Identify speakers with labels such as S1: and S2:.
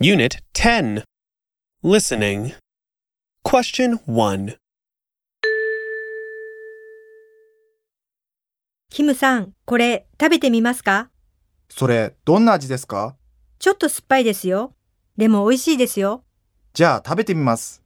S1: Unit 10 Listening Question 1
S2: キムさん、これ食べてみますか
S3: それ、どんな味ですか
S2: ちょっと酸っぱいですよ。でも美味しいですよ。
S3: じゃあ食べてみます。